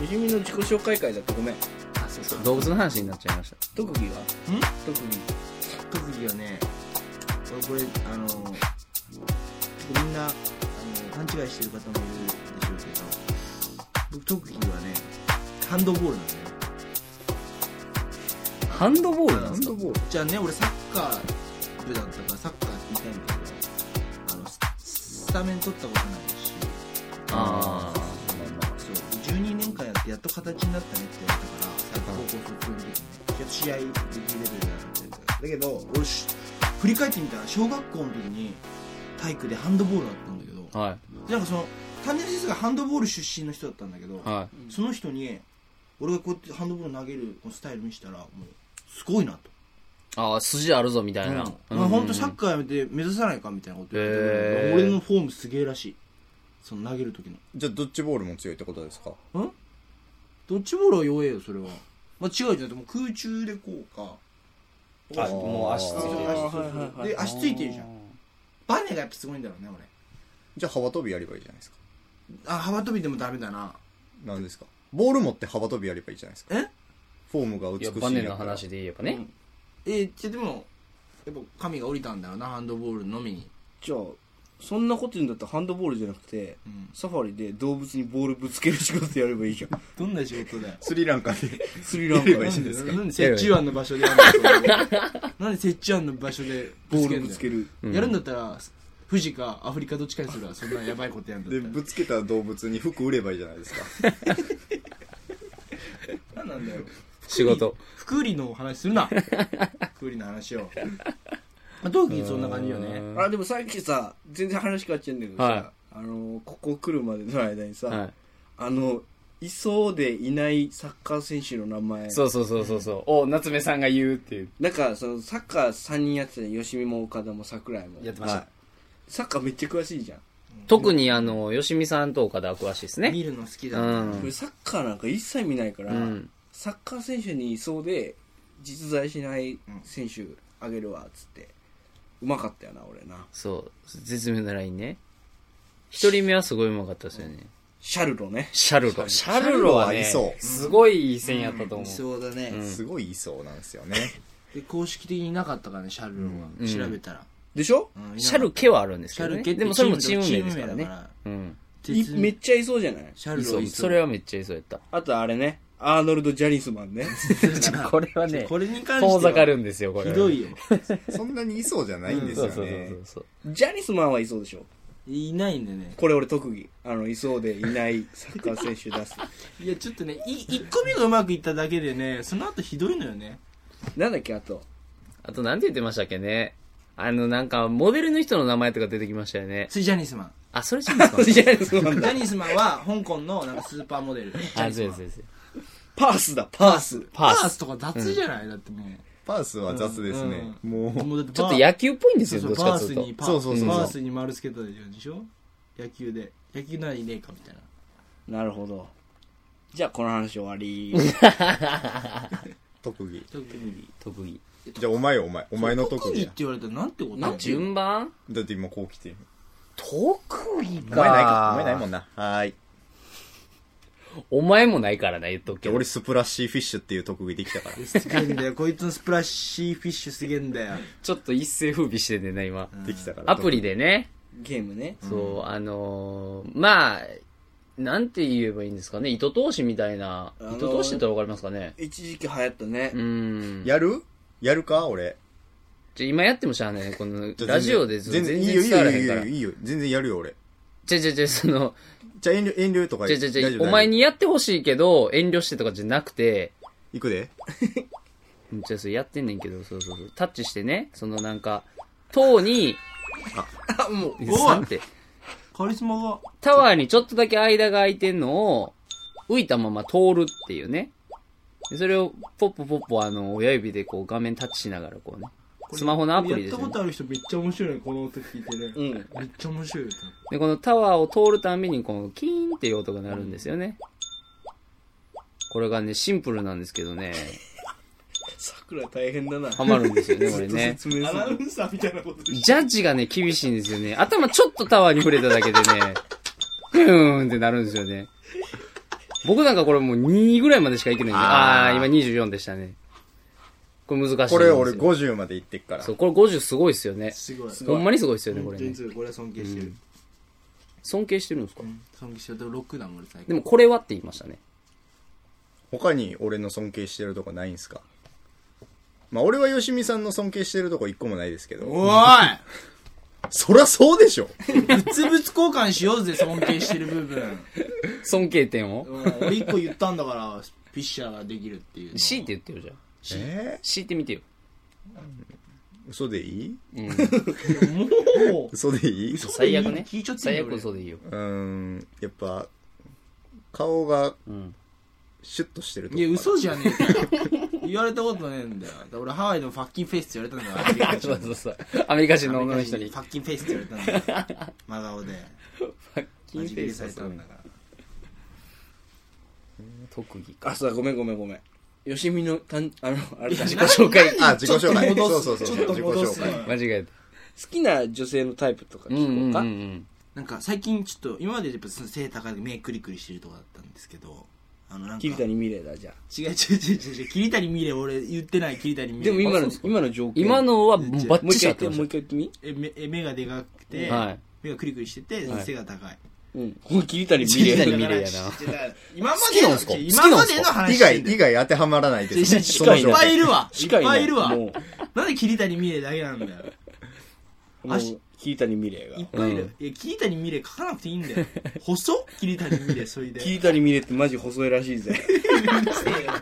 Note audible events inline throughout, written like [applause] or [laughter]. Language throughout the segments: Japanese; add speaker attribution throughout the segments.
Speaker 1: ゆじみの自己紹介会だったごめん
Speaker 2: あそうそう動物の話になっちゃいました
Speaker 1: 特技は特技特技はね俺これあの結構みんなあの勘違いしてる方もいるでしょうけど僕特技はねハンドボールなんだよ
Speaker 2: ハンドボールなんですか
Speaker 1: ルじゃあね俺サッカー部だったからサッカーやってみたいんだけどあのススタメン取ったことないし
Speaker 2: あ
Speaker 1: そう12年間やってやっと形になったねって言われたから高校卒業の時にねやっと試合できるレベルだなってだけど俺し振り返ってみたら小学校の時に体育でハンドボールだったんだけど
Speaker 2: あは
Speaker 1: なんかその単純に実がハンドボール出身の人だったんだけど、
Speaker 2: いは
Speaker 1: その人に俺がこうやってハンドボール投げるこのスタイル見せたらもうすごいなと。
Speaker 2: いああ筋あるぞみたいな、
Speaker 1: うんまあ、本当サッカーやめて目指さないかみたいなこと言ってくる
Speaker 2: へー
Speaker 1: 俺のフォームすげえらしいその投げる時の
Speaker 3: じゃあドッジボールも強いってことですか
Speaker 1: んどっちボールは弱えよそれは、まあ、違うじゃんもう空中でこうか
Speaker 4: あもう足つい
Speaker 1: 足
Speaker 4: てる
Speaker 3: あー
Speaker 1: そうそうそうで足ついてるじゃんバネがやっぱすごいんだろうね俺
Speaker 3: じゃあ幅跳びやればいいじゃないですか
Speaker 1: あ幅跳びでもダメだな
Speaker 3: なんですかボール持って幅跳びやればいいじゃないですか
Speaker 1: え
Speaker 3: フォームが
Speaker 2: い
Speaker 3: 美し
Speaker 2: や
Speaker 3: いん
Speaker 2: バネ
Speaker 3: や
Speaker 2: の
Speaker 3: から
Speaker 2: 話で言えばね、
Speaker 1: えじゃでもやっぱ神が降りたんだろうなハンドボールのみに
Speaker 4: じゃあそんなこと言うんだったらハンドボールじゃなくて、
Speaker 1: ん
Speaker 4: サファリで動物にボールぶつける仕事やればいいじゃん
Speaker 1: どんな仕事だよ
Speaker 3: スリランカで
Speaker 4: スリランカ
Speaker 3: やればい
Speaker 4: で
Speaker 3: いじゃないですか
Speaker 1: なんで折衷案の場所でやるんだよなんで折衷案の場所で
Speaker 4: ボール
Speaker 1: んだ
Speaker 4: ぶ
Speaker 1: よ
Speaker 4: つける
Speaker 1: やるんだったら富士かアフリカどっちかにするわそんなやばいことやんだ
Speaker 3: で
Speaker 1: った
Speaker 3: ぶつけた動物に服売ればいいじゃないですから
Speaker 1: 何なんだよ
Speaker 2: 仕事
Speaker 1: 福利のお話するな福利の話をまあ同期そんな感じよね
Speaker 4: あでもさっきさ全然話変わっちゃうんだけどさ、
Speaker 2: は
Speaker 4: あのここ来るまでの間にさ、
Speaker 2: はい
Speaker 4: あのいそうでいないサッカー選手の名前
Speaker 2: そうそうそうそうそうお夏目さんが言うっていう
Speaker 4: なんかそのサッカー3人やってたじゃん吉見も岡田も桜井も
Speaker 2: やってました、
Speaker 3: はい
Speaker 4: サッカーめっちゃ詳しいじゃん、
Speaker 2: 特にあの吉見さんと岡田は詳しいですね
Speaker 1: 見るの好き
Speaker 2: う
Speaker 1: だね
Speaker 4: これ
Speaker 2: ん
Speaker 4: サッカーなんか一切見ないから、
Speaker 2: うん
Speaker 4: サッカー選手にいそうで実在しない選手あげるわっつってうまかったよな俺な
Speaker 2: そう絶妙なラインね一人目はすごいうまかったですよね
Speaker 4: シャルロね
Speaker 2: シャルロシャル
Speaker 3: ロ
Speaker 2: ロ
Speaker 3: は
Speaker 2: は
Speaker 3: ね
Speaker 2: ねすごいいい線やったと
Speaker 1: い
Speaker 2: 思う
Speaker 1: そうだね、
Speaker 2: うん
Speaker 3: すごいいそうなんですよね
Speaker 1: で公式的になかったからねシャルロンは、
Speaker 2: うん
Speaker 1: 調べたら、
Speaker 4: でしょ
Speaker 1: うん
Speaker 2: シャルケはあるんです
Speaker 1: シ
Speaker 2: け
Speaker 1: ャ
Speaker 2: ど
Speaker 1: ル
Speaker 2: ね
Speaker 1: ケって
Speaker 2: でもそれもチーム名ですから
Speaker 1: チーム名
Speaker 2: ね
Speaker 1: だから
Speaker 2: うん
Speaker 4: い
Speaker 1: 鉄
Speaker 4: めっちゃいそうじゃない
Speaker 1: シャル
Speaker 2: そ
Speaker 1: ロン
Speaker 2: うそれはめっちゃいそうやった
Speaker 4: あとあれねアーノルド・ジャニスマンね
Speaker 1: [laughs]
Speaker 2: これはね
Speaker 1: これに関しては
Speaker 2: 遠ざかるんですよこれ
Speaker 1: ひどいよ
Speaker 3: そんなにいそうじゃないんです
Speaker 2: そ
Speaker 3: よ
Speaker 2: うそうそう
Speaker 3: ね
Speaker 2: そうそう
Speaker 4: ジャニスマンはいそうでしょ
Speaker 1: いないんでね
Speaker 4: これ俺特技あのいそうでいないサッカー選手出す
Speaker 1: いやちょっとねい1個目がうまくいっただけでねその後ひどいのよね
Speaker 4: なんだっけあと
Speaker 2: あとなんて言ってましたっけねあのなんかモデルの人の名前とか出てきましたよね
Speaker 1: それジャニスマン
Speaker 2: あそれじゃないですか
Speaker 4: [laughs] ジャニスマン
Speaker 1: ジ
Speaker 4: だ
Speaker 1: ャニスマンは香港のなんかスーパーモデルジャ
Speaker 2: あ
Speaker 1: ニ
Speaker 2: そうで
Speaker 1: スマン
Speaker 2: すそうです
Speaker 4: パースだパース
Speaker 2: パー
Speaker 1: パー
Speaker 2: ス
Speaker 1: スとか雑じゃない、だっても
Speaker 3: パースは雑ですね、も
Speaker 1: う。もうだて
Speaker 2: ちょ
Speaker 1: パ
Speaker 2: っ
Speaker 1: ー
Speaker 2: と野球っぽいんです
Speaker 1: そう
Speaker 2: よ
Speaker 1: そ
Speaker 2: どっ
Speaker 1: う
Speaker 2: ちかと
Speaker 1: パー
Speaker 2: い
Speaker 1: ス
Speaker 2: うと
Speaker 1: にパ
Speaker 3: そうそうそう
Speaker 1: パースに丸つけたでしょ野球で。野球ならいねえかみたいな。
Speaker 4: なるほどじゃあこの話終わり
Speaker 3: う特技
Speaker 1: 特技。
Speaker 2: 特技
Speaker 3: じゃあお前よお前お前の特
Speaker 1: っ
Speaker 3: 技
Speaker 1: て
Speaker 3: や
Speaker 1: 言われたらなんてこと
Speaker 2: な順番
Speaker 3: だって今こう来てる
Speaker 2: 特技
Speaker 3: お前ないかお前ないもんなはーい
Speaker 2: お前もないからな言っとく
Speaker 3: じ
Speaker 2: け
Speaker 3: ゃあ
Speaker 2: ど
Speaker 3: 俺スプラッシーフィッシュっていう特技できたから
Speaker 1: すげえんだよ。こいつのスプラッシーフィッシュすげえんだよ。
Speaker 2: ちょっと一世風靡しててね今
Speaker 3: できたから
Speaker 2: アプリでね
Speaker 4: ゲームね
Speaker 2: そうあのーまあなんて言えばいいんですかね糸通しみたいな
Speaker 4: あのー
Speaker 2: 糸通しって言ったらわかりますかね
Speaker 4: 一時期流行ったね
Speaker 2: うーん
Speaker 3: やるやるか俺
Speaker 2: じゃあ今やってもしゃあないねこの
Speaker 3: じゃあ全然
Speaker 2: ラジオでず
Speaker 3: 全
Speaker 2: 全然
Speaker 3: 然いいよいい
Speaker 2: 伝わ
Speaker 3: よ
Speaker 2: ら
Speaker 3: い
Speaker 2: へん
Speaker 3: い
Speaker 2: か
Speaker 3: よ
Speaker 2: ら
Speaker 3: いいよ全然やるよ俺
Speaker 2: じゃあじゃあじゃあその
Speaker 3: じゃあ遠慮遠慮とか
Speaker 2: じゃあじゃあじゃあ
Speaker 3: 大丈夫
Speaker 2: お前にやってほしいけど、遠慮してとかじゃなくて、
Speaker 3: いくで
Speaker 2: うんじゃあそれやってんねんけど、そうそうそう。タッチしてね、そのなんか、塔に、
Speaker 4: あもう
Speaker 1: おい
Speaker 2: さって、
Speaker 1: カリスマが。
Speaker 2: タワーにちょっとだけ間が空いてんのを、浮いたまま通るっていうね。でそれを、ポッポポッポ、あの、親指でこう画面タッチしながらこうね。スマホのアプリです
Speaker 1: やっ
Speaker 2: よ、
Speaker 1: たこ
Speaker 2: ね
Speaker 1: と。ある人めっちゃ面白いね。この音聞いてね。
Speaker 4: うん
Speaker 1: めっちゃ面白いよ。
Speaker 2: で、このタワーを通るたんびに、このキーンっていう音が鳴るんですよね。これがね、シンプルなんですけどね、
Speaker 4: さくら大変だな
Speaker 2: ハマるんですよ [laughs] ね、これね。
Speaker 4: 説明する
Speaker 1: ンサーみたいなこと
Speaker 2: ジャッジがね、厳しいんですよね。頭ちょっとタワーに触れただけでね、ふーんってなるんですよね。僕なんかこれもう2ぐらいまでしかいけないんで。あ
Speaker 3: あー
Speaker 2: あー、今24でしたね。これ難しいんですよ。
Speaker 3: これ俺50まで行ってっから
Speaker 2: そう、これ50すごいですよね。
Speaker 1: すごい
Speaker 2: ほんまにすごいですよね、こ
Speaker 1: 本
Speaker 2: れ
Speaker 1: 当に
Speaker 2: ね。
Speaker 1: すごいこれは尊敬してる、
Speaker 2: 尊敬してるんですか
Speaker 1: うん尊敬してるでも6だもん俺最
Speaker 2: で
Speaker 1: 近
Speaker 2: もこれはって言いましたね。
Speaker 3: 他に俺の尊敬してるとこないんすかまあ俺はよしみさんの尊敬してるとこ一個もないですけど
Speaker 5: おーい
Speaker 3: [laughs] そりゃそうでし
Speaker 2: [laughs]
Speaker 3: ょ
Speaker 5: 物々交換しようぜ、尊敬してる部分。
Speaker 2: 尊敬点を
Speaker 5: うん俺一個言ったんだから、フィッシャーができるっていうの。
Speaker 2: 強いて言ってよ、じゃあ。
Speaker 3: え
Speaker 2: 強いてみてよ。
Speaker 3: ー、嘘でいい
Speaker 5: もう、
Speaker 3: 嘘でいい
Speaker 2: 最悪ね。
Speaker 5: 聞いちゃってん
Speaker 2: 最
Speaker 5: だ
Speaker 2: 悪嘘でいいよ。
Speaker 3: うーんやっぱ顔が
Speaker 2: うん。
Speaker 3: シュッとしてると
Speaker 5: い
Speaker 3: こ
Speaker 5: や、嘘じゃねえから言われたことねえんだよ。俺ハワイのファッキンフェイスって言われたんだからアメリカ人
Speaker 2: そうそうそう。アメリカ人の女の人に。
Speaker 5: ファッキンフェイスって言われたんだよ。
Speaker 1: 真顔でマジ切りされたんだから
Speaker 2: 特技か。
Speaker 4: あ、そうだ、ごめんごめんごめん。よしみの、たん、あの、あれだ、自己紹介。好
Speaker 3: あ自己紹介
Speaker 5: ちょっと戻
Speaker 3: そう
Speaker 5: す
Speaker 3: そうそう
Speaker 5: ちょっと
Speaker 3: 自己
Speaker 5: 戻す
Speaker 3: 紹介
Speaker 2: 間違えた。
Speaker 4: きな女性のタイプとか
Speaker 2: うんうんう
Speaker 4: 聞こうん
Speaker 2: う
Speaker 4: か。
Speaker 2: ん。
Speaker 1: なんか最近ちょっと今までやっぱその背高い目クリクリしてるとこだったんですけどあのなんか
Speaker 4: 桐谷美玲だ、じゃあ。
Speaker 1: 違う違う違う違う桐谷美玲俺言ってない桐谷美
Speaker 4: で
Speaker 1: 玲
Speaker 4: も今
Speaker 2: あそう
Speaker 4: の
Speaker 2: です、か
Speaker 4: 今の状況。
Speaker 2: 今のはバ
Speaker 4: も
Speaker 2: ッ
Speaker 4: う
Speaker 2: チ
Speaker 4: 一
Speaker 2: シ
Speaker 4: 回言
Speaker 2: ャ
Speaker 4: って、もう一回言ってみ
Speaker 1: え目え目がでかくて、
Speaker 2: はい
Speaker 1: 目がクリクリしてて、
Speaker 2: はい
Speaker 1: 背が高い
Speaker 4: うん。この桐谷美
Speaker 2: 桐
Speaker 4: 玲。 [laughs]
Speaker 2: 谷美玲やな
Speaker 1: だから今ま
Speaker 2: 好
Speaker 1: で
Speaker 2: き
Speaker 1: の
Speaker 2: なんすか
Speaker 1: 今までの話
Speaker 3: 以外以外当てはまらないですね
Speaker 1: いっぱいいるわいっ
Speaker 4: 近いな
Speaker 1: ぱいいるわ
Speaker 4: も
Speaker 1: なんで桐谷美玲だけなんだよ
Speaker 4: う、もう、桐谷美玲が
Speaker 1: いっ。ぱいいる、
Speaker 2: うん
Speaker 1: いや桐谷美玲書かなくていいんだよ細桐谷美玲それで
Speaker 4: 桐谷美玲ってマジ細いらしい [laughs] ぜ。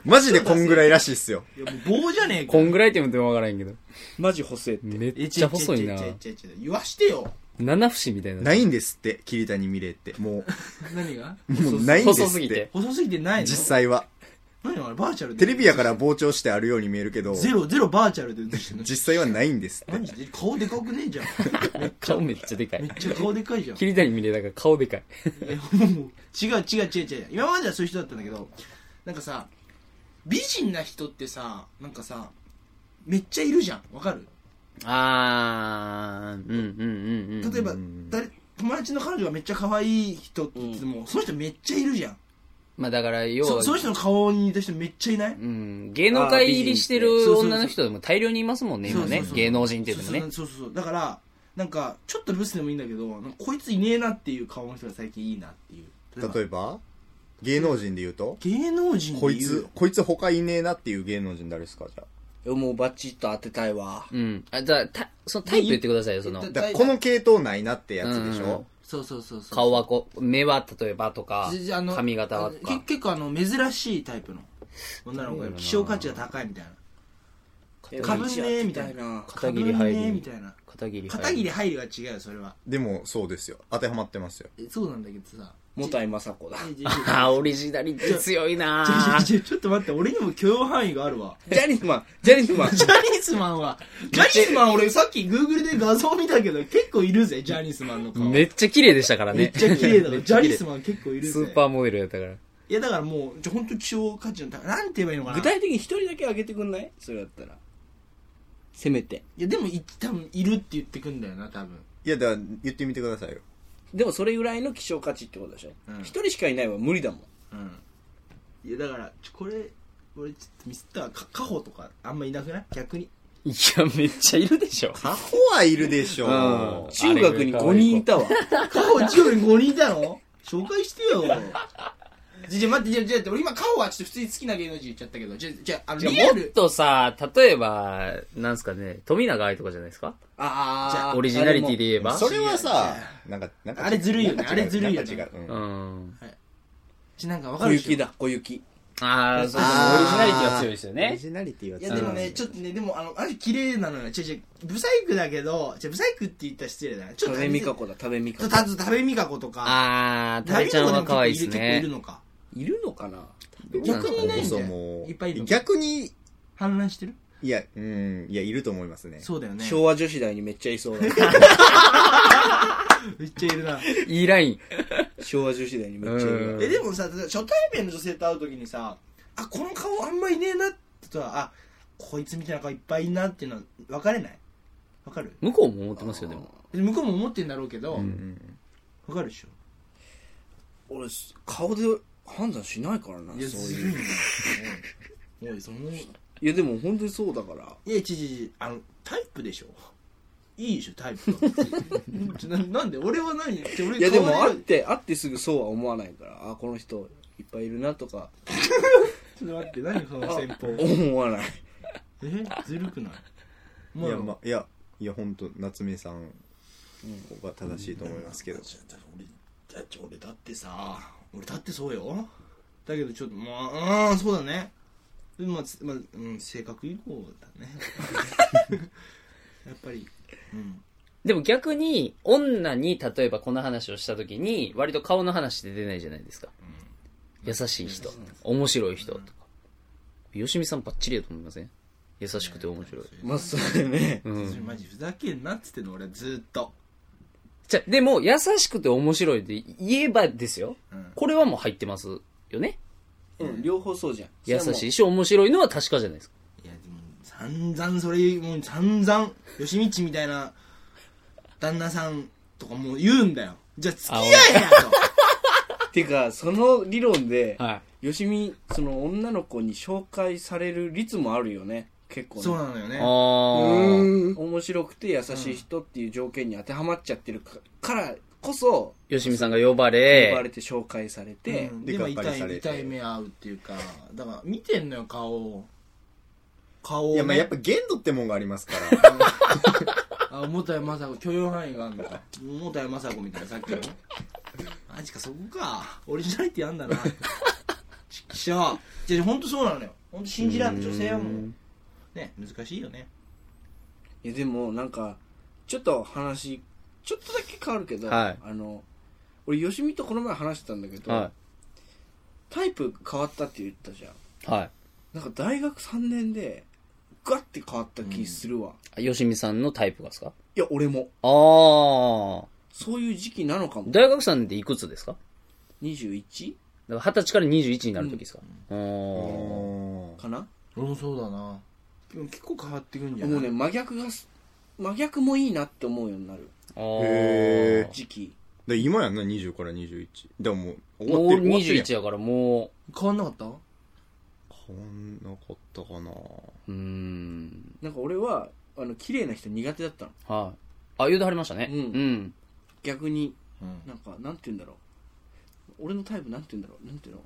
Speaker 3: マジでこんぐらいらしいっすよ
Speaker 1: いやもう棒じゃねえか
Speaker 2: こんぐらいって言ってもわからんけど。
Speaker 4: マジ細いって。
Speaker 2: め
Speaker 1: え
Speaker 2: っちゃ細いな
Speaker 1: ち。ょいちょいちょいちょい言わしてよ
Speaker 2: 七節みたいな。
Speaker 3: ないんですって桐谷美玲っても
Speaker 1: 何が
Speaker 3: うもうないんです
Speaker 2: 細す
Speaker 3: っ
Speaker 2: ぎ
Speaker 3: て
Speaker 2: て。
Speaker 1: 細すぎてないの
Speaker 3: 実際は
Speaker 1: 何あれバーチャルで
Speaker 3: テレビやから膨張してあるように見えるけど
Speaker 1: ゼロゼロバーチャルで映してる
Speaker 3: 実際はないんですって
Speaker 1: マジで顔でかくねえじ
Speaker 3: [laughs]
Speaker 1: ゃんめっちゃ
Speaker 2: 顔めっちゃでか
Speaker 1: めっ
Speaker 2: い。
Speaker 1: ちゃ顔でかいじゃん
Speaker 2: 桐谷美玲だから顔でかい。
Speaker 1: えもう違う違う違う違う今まではそういう人だったんだけどなんかさ美人な人ってさなんかさめっちゃいるじゃんわかる
Speaker 2: あー、うんうんうんうん。
Speaker 1: 例えば誰友達の彼女がめっちゃ可愛い人って言ってても、その人めっちゃいるじゃん
Speaker 2: まあだから、要
Speaker 1: そ
Speaker 2: は
Speaker 1: そ、の人の顔に似た人めっちゃいない、
Speaker 2: うん、芸能界入りしてる女の人でも大量にいますもんね、
Speaker 1: そうそ
Speaker 2: 今
Speaker 1: うそう
Speaker 2: ね。芸能人って言ってもね。
Speaker 1: そうそうそうそうだからなんかちょっとブスでもいいんだけどなんかこいついねえなっていう顔の人が最近いいなっていう
Speaker 3: 例えば芸能人で言うと
Speaker 1: 芸能人で
Speaker 3: こ
Speaker 1: 言う
Speaker 3: いつこいつ他いねえなっていう芸能人誰ですかじゃあ
Speaker 4: いやもうバチッと当てたいわ。
Speaker 2: うん。あ、じゃあ、た、そのタイプ言ってくださいよ、その
Speaker 1: だ。
Speaker 3: だからこの系統ないなってやつで
Speaker 2: う
Speaker 3: し
Speaker 2: んうん
Speaker 3: ょ
Speaker 1: そうそうそうそう
Speaker 2: 顔はこう、目は例えばとか
Speaker 1: じじ、あの
Speaker 2: 髪型はと
Speaker 1: あの
Speaker 2: か
Speaker 1: け。結構あの珍しいタイプの女の子が希少価値が高いみたいなかぶんねえみたいな
Speaker 2: 片桐入り
Speaker 1: かぶんねえみたいな
Speaker 2: 片桐
Speaker 1: 片桐
Speaker 2: 入
Speaker 1: 入りは違うよそれは
Speaker 3: でもそうですよ当てはまってますよ
Speaker 1: えそうなんだけどさ
Speaker 4: 元井雅子だ。
Speaker 1: えじ
Speaker 2: ああー、オリジナリティ強いな
Speaker 1: ち
Speaker 2: ー
Speaker 1: ょちょちょちょっと待って俺にも許容範囲があるわ
Speaker 4: ジャニスマン、ジャニスマン。
Speaker 1: ジャニスマンは、 [laughs] ジャニスマン俺さっき Google で画像見たけど結構いるぜ、ジャニスマンの顔。
Speaker 2: めっちゃ綺麗でしたからね。
Speaker 1: めっちゃ綺麗だろ。ジャニス
Speaker 2: マ
Speaker 1: マン結構いるぜ。
Speaker 2: スーパーモデルやったから。
Speaker 1: いやだからもう、ちょ、ほんと希少価値の高い。なんて言えばいいのかな。
Speaker 4: 具体的に一人だけ上げてくんないそれだったら。せめて。
Speaker 1: いやでもい、多分いるって言ってくんだよな、多分。
Speaker 3: いやだから言ってみてくださいよ
Speaker 4: でもそれぐらいの希少価値ってことでしょ
Speaker 1: うん
Speaker 4: 一、人しかいないは無理だもん。
Speaker 1: うん。いやだから、ちょ、これ、俺ちょっとミスったわ。か、カホとかあんまいなくない逆に。
Speaker 2: いや、めっちゃいるでしょ。
Speaker 3: カホはいるでしょ
Speaker 2: うん
Speaker 4: 中学に5人いたわ。
Speaker 1: カホ一応に5人いたの紹介してよ。じゃ、じゃ、待って、じゃ、じゃ、待って俺今カホはちょっと普通に好きな芸能人言っちゃったけど、じゃ、じゃ、あの、
Speaker 2: じゃあ
Speaker 1: リア
Speaker 2: もっ
Speaker 1: ル。
Speaker 2: とさ、例えば、なんすかね、富永愛とかじゃないですか
Speaker 4: ああ。
Speaker 2: オリジナリティで言えば
Speaker 3: それはさなんかなんか違う
Speaker 1: あれずるいよね
Speaker 3: なんか違う
Speaker 1: あれずるいよね
Speaker 3: なんか違ううん
Speaker 2: うん。
Speaker 1: ちなんかわか
Speaker 4: 小
Speaker 1: るでしょ
Speaker 4: 雪だ、小雪。
Speaker 2: ああ、そう
Speaker 1: あー
Speaker 2: オリジナリティは強いですよ
Speaker 3: オリ
Speaker 2: ね。
Speaker 3: ジナリティはい
Speaker 1: やでもね、
Speaker 2: うん
Speaker 1: ちょっとね、でもあの、あれ綺麗なのよ。違う違う、ブサイクだけど、違う、ブサイクって言ったら失礼だな。ちょ
Speaker 4: 食
Speaker 1: っと、
Speaker 4: べみかこだ、食べみか
Speaker 1: た
Speaker 4: こ。
Speaker 1: た食べみかことか。
Speaker 2: ああ、
Speaker 1: 食
Speaker 2: タ
Speaker 1: べ
Speaker 2: レ
Speaker 1: み
Speaker 2: ちゃん
Speaker 1: こ
Speaker 2: は可愛いです
Speaker 1: も結構いる結構いる
Speaker 2: ね。
Speaker 1: のか。
Speaker 4: いるのかな
Speaker 1: 逆にいないん
Speaker 3: そ
Speaker 1: だ
Speaker 3: う
Speaker 1: よ。
Speaker 3: も
Speaker 1: いっぱいいるの
Speaker 3: 逆に
Speaker 1: 氾濫してる
Speaker 3: いやうんいやいると思いますね
Speaker 1: そうだよね。
Speaker 4: 昭和女子大にめっちゃいそうだ。
Speaker 1: めっちゃいるな。
Speaker 2: いいライン。
Speaker 4: 昭和女子大にめっちゃいる
Speaker 2: う
Speaker 4: わ
Speaker 2: ん
Speaker 1: え、でもさ、初対面の女性と会うときにさ、あ、この顔あんまいねえなってさ、あ、こいつみたいな顔いっぱいいんなっていうのは分かれない分かる
Speaker 2: 向こうも思ってますよ、でも。
Speaker 1: 向こうも思ってんだろうけど、
Speaker 3: うん
Speaker 1: 分かるでしょ
Speaker 4: 俺、顔で判断しないからなそう
Speaker 1: いや、ず
Speaker 4: い
Speaker 1: る
Speaker 4: う
Speaker 1: いな。おいおい、その、い
Speaker 4: いやでも本当にそうだから
Speaker 1: や、ちち、あの、タイプでしょ。いいでしょ、タイプがちょな。なんで、俺は何って俺
Speaker 4: いやでも
Speaker 1: 顔
Speaker 4: 会っ
Speaker 1: 色
Speaker 4: て会ってすぐそうは思わないからあこの人いっぱいいるなとか
Speaker 1: ちょっと待って、何その戦法。
Speaker 4: 思わない
Speaker 1: えずるくない
Speaker 3: いや、ま、いや、いや、本当夏目さんが正しいと思いますけど。
Speaker 1: ちょっと俺だって俺だってさ俺だってそうよだけどちょっとまあうんそうだねでもまあ、つまあうん、性格以降だねやっぱりうん
Speaker 2: でも逆に、女に、例えばこの話をした時に、割と顔の話で出ないじゃないですか。優しい人、面白い人とか。よしみさんバッチリだと思いません優しくて面白い。
Speaker 4: まあそれね
Speaker 2: う
Speaker 1: それ
Speaker 2: ん。
Speaker 1: マジふざけんなっつってんの俺はずっと
Speaker 2: じゃ、でも、優しくて面白いって言えばですよ。これはもう入ってますよね。
Speaker 4: うん両方そうじゃん
Speaker 2: 優し
Speaker 4: い
Speaker 2: いし、面白いのは確かじゃないですか。
Speaker 1: いやでも散々それもう散々吉道みたいな旦那さんとかもう言うんだよじゃあ付き合えやと
Speaker 4: てかその理論で
Speaker 2: は
Speaker 4: よしみその女の子に紹介される率もあるよね結構ね
Speaker 1: そうなのよね
Speaker 2: あー。
Speaker 4: 面白くて優しい人っていう条件に当てはまっちゃってるかからこそ
Speaker 2: よしみさんが呼ば
Speaker 4: 呼ばれ
Speaker 2: れ、
Speaker 4: て紹介されて、
Speaker 1: うん
Speaker 3: で
Speaker 1: でも
Speaker 3: がっ
Speaker 1: 痛
Speaker 3: かりさ
Speaker 1: い
Speaker 3: れて
Speaker 1: 痛い目合うっていうかだから見てんのよ顔を顔を、
Speaker 3: い
Speaker 1: ね、
Speaker 3: や、まあ、やっぱ限度ってもんがありますから。 [laughs]
Speaker 1: あ重たい雅子許容範囲があるのか重たい雅子みたいなさ
Speaker 3: [laughs]
Speaker 1: っきのマジかそこかオリジナリティあんだなちっしょじゃあ本当そうなのよ本当信じらん女性はもうね難しいよね
Speaker 4: いやでもなんかちょっと話ちょっとだけ変わるけど、
Speaker 2: はい
Speaker 4: あの俺よしみとこの前話してたんだけど、
Speaker 2: は
Speaker 4: タイプ変わったって言ったじゃん
Speaker 2: い。は
Speaker 4: なんか大学3年でガッて変わった気するわ、
Speaker 2: い。よしみさんのタイプがですか
Speaker 4: いや俺も
Speaker 2: あー。
Speaker 4: そういう時期なのかも
Speaker 2: 大学さんっていくつですか
Speaker 4: 21?
Speaker 2: だから二十歳から21になる時ですか、うーん、
Speaker 4: かな
Speaker 1: 俺もそうだなでも結構変わってくんじゃない
Speaker 4: もうね真逆がす真逆もいいなって思うようになる
Speaker 2: あ
Speaker 3: へ
Speaker 2: ー
Speaker 3: ー
Speaker 4: 時期
Speaker 3: で今やんな、20から21。でももう、終
Speaker 2: も
Speaker 3: わ
Speaker 2: う
Speaker 3: ってる。終わってるやん
Speaker 2: 21やからも
Speaker 1: 変わんなかった
Speaker 3: 変わんなかったかな
Speaker 2: ううーん
Speaker 4: なんか俺はあの綺麗な人苦手だったの
Speaker 2: はいあ言うてはりましたね
Speaker 4: うん
Speaker 2: うん、
Speaker 4: 逆に
Speaker 1: うん
Speaker 4: なんかなんて言うんだろう俺のタイプなんて言うんだろうなんて言う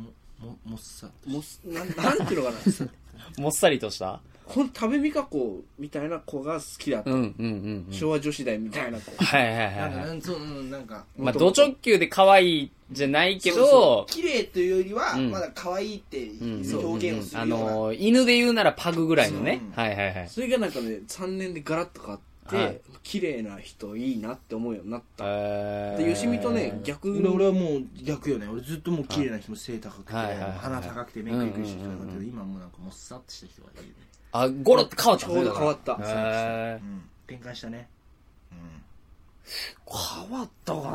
Speaker 4: の
Speaker 1: もももっさと
Speaker 4: もすなんなんていう
Speaker 2: [laughs]
Speaker 4: のかな
Speaker 2: もっさりとした
Speaker 4: ほん多部未華子みたいな子が好きだった、
Speaker 2: うんうんうん、うん、
Speaker 4: 昭和女子大みたいな子
Speaker 2: はいはいは
Speaker 1: なん
Speaker 2: い、
Speaker 1: か
Speaker 2: はい
Speaker 1: なんそううんなんか
Speaker 2: まあ、ド直球で可愛いじゃないけど
Speaker 1: そうそう綺麗というよりは、
Speaker 2: うん
Speaker 1: まだ可愛いって
Speaker 2: うん
Speaker 1: いう表現をす
Speaker 2: あ
Speaker 1: るような、
Speaker 2: のー犬で言うならパグぐらいのね
Speaker 1: そううん
Speaker 2: はいはいはい
Speaker 4: それがなんかね3年でガラッと変わって、
Speaker 2: はい
Speaker 4: 綺麗な人いいなって思うようになった、
Speaker 2: え
Speaker 4: でよしみとね逆に
Speaker 1: 俺俺はもう逆よね俺ずっともう綺麗な人も背高くて、
Speaker 2: はいはいはい
Speaker 1: 鼻高くて目くりくりしてる人だったけど、
Speaker 2: うんうん
Speaker 1: 今もうなんかもっさっとした人がいるね、
Speaker 2: あゴロって変わった
Speaker 4: ちょうど変わった
Speaker 2: へー
Speaker 1: うん、転換したね
Speaker 2: 変わったか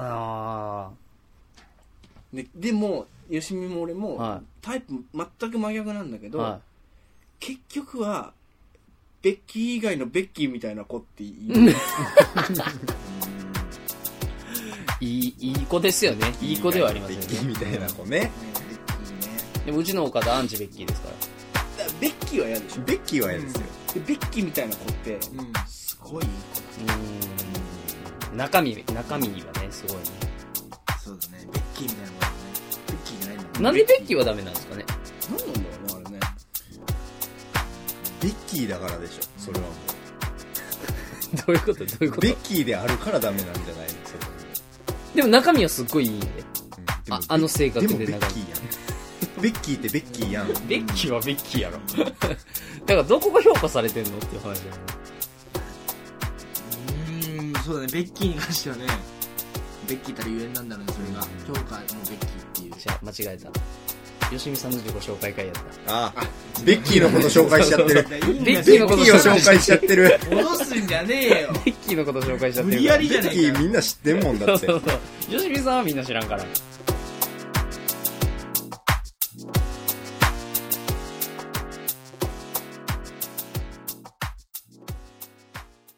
Speaker 2: な
Speaker 4: ででもよしみも俺も、
Speaker 2: は
Speaker 4: タイプ全く真逆なんだけど、
Speaker 2: はい
Speaker 4: 結局はベッキー以外のベッキーみたいな子っていい
Speaker 2: いい、いい子ですよね。いい子ではありません
Speaker 3: ベッキー
Speaker 2: ね。
Speaker 3: みたいな子ね。
Speaker 2: でもうちの岡田アンチベッキーですから。
Speaker 4: だからベッキーは嫌でしょ
Speaker 3: ベッキーは嫌ですよ。
Speaker 4: でベッキーみたいな子って
Speaker 1: うん、うん、
Speaker 4: すごいいい子
Speaker 2: うん。中身、中身はね、すごいね。
Speaker 1: そうだねベッキーみたいなもんだねベッキーじゃないんだ
Speaker 2: なんでベッキーはダメなんですかね。 [laughs]
Speaker 4: 何なんだろうねあれね
Speaker 3: ベッキーだからでしょ、それはも
Speaker 2: どういうことどういうこ
Speaker 3: う。
Speaker 2: と
Speaker 3: ベッキーであるからダメなんじゃないのそれは
Speaker 2: でも中身はすっごいいいんで。
Speaker 3: うん
Speaker 2: ああの性格で
Speaker 3: でもベッ
Speaker 2: 長い
Speaker 3: キーやん。ベッキーってベッキーやん。
Speaker 2: ベッキーはベッキーやろ。 [laughs] だからどこが評価されてんのっていう話だよね。
Speaker 1: うーんそうだねベッキーに関してはねベッキーたるゆえんなんだろうねそれが評価もベッキーっていう
Speaker 2: じゃあ、間違えた。よしみさんの自己紹介会やった。
Speaker 3: あベッキーのこと紹介しちゃってる。
Speaker 2: ベッキ
Speaker 3: ベ
Speaker 2: ーの
Speaker 3: ッ
Speaker 2: こと
Speaker 3: キーを紹介しちゃってる。
Speaker 1: 戻すんじゃねえよ
Speaker 2: ベッキーのこと紹介しちゃって
Speaker 1: 無
Speaker 2: る
Speaker 1: 理
Speaker 2: か
Speaker 1: や
Speaker 2: ら。
Speaker 1: りじ
Speaker 3: ベ
Speaker 1: ゃ
Speaker 3: ッ
Speaker 1: ね
Speaker 3: キ
Speaker 1: え
Speaker 3: ー
Speaker 1: かよ
Speaker 3: みんな知ってんもんだって
Speaker 2: そ。うそう。よしみさんはみんな知らんから。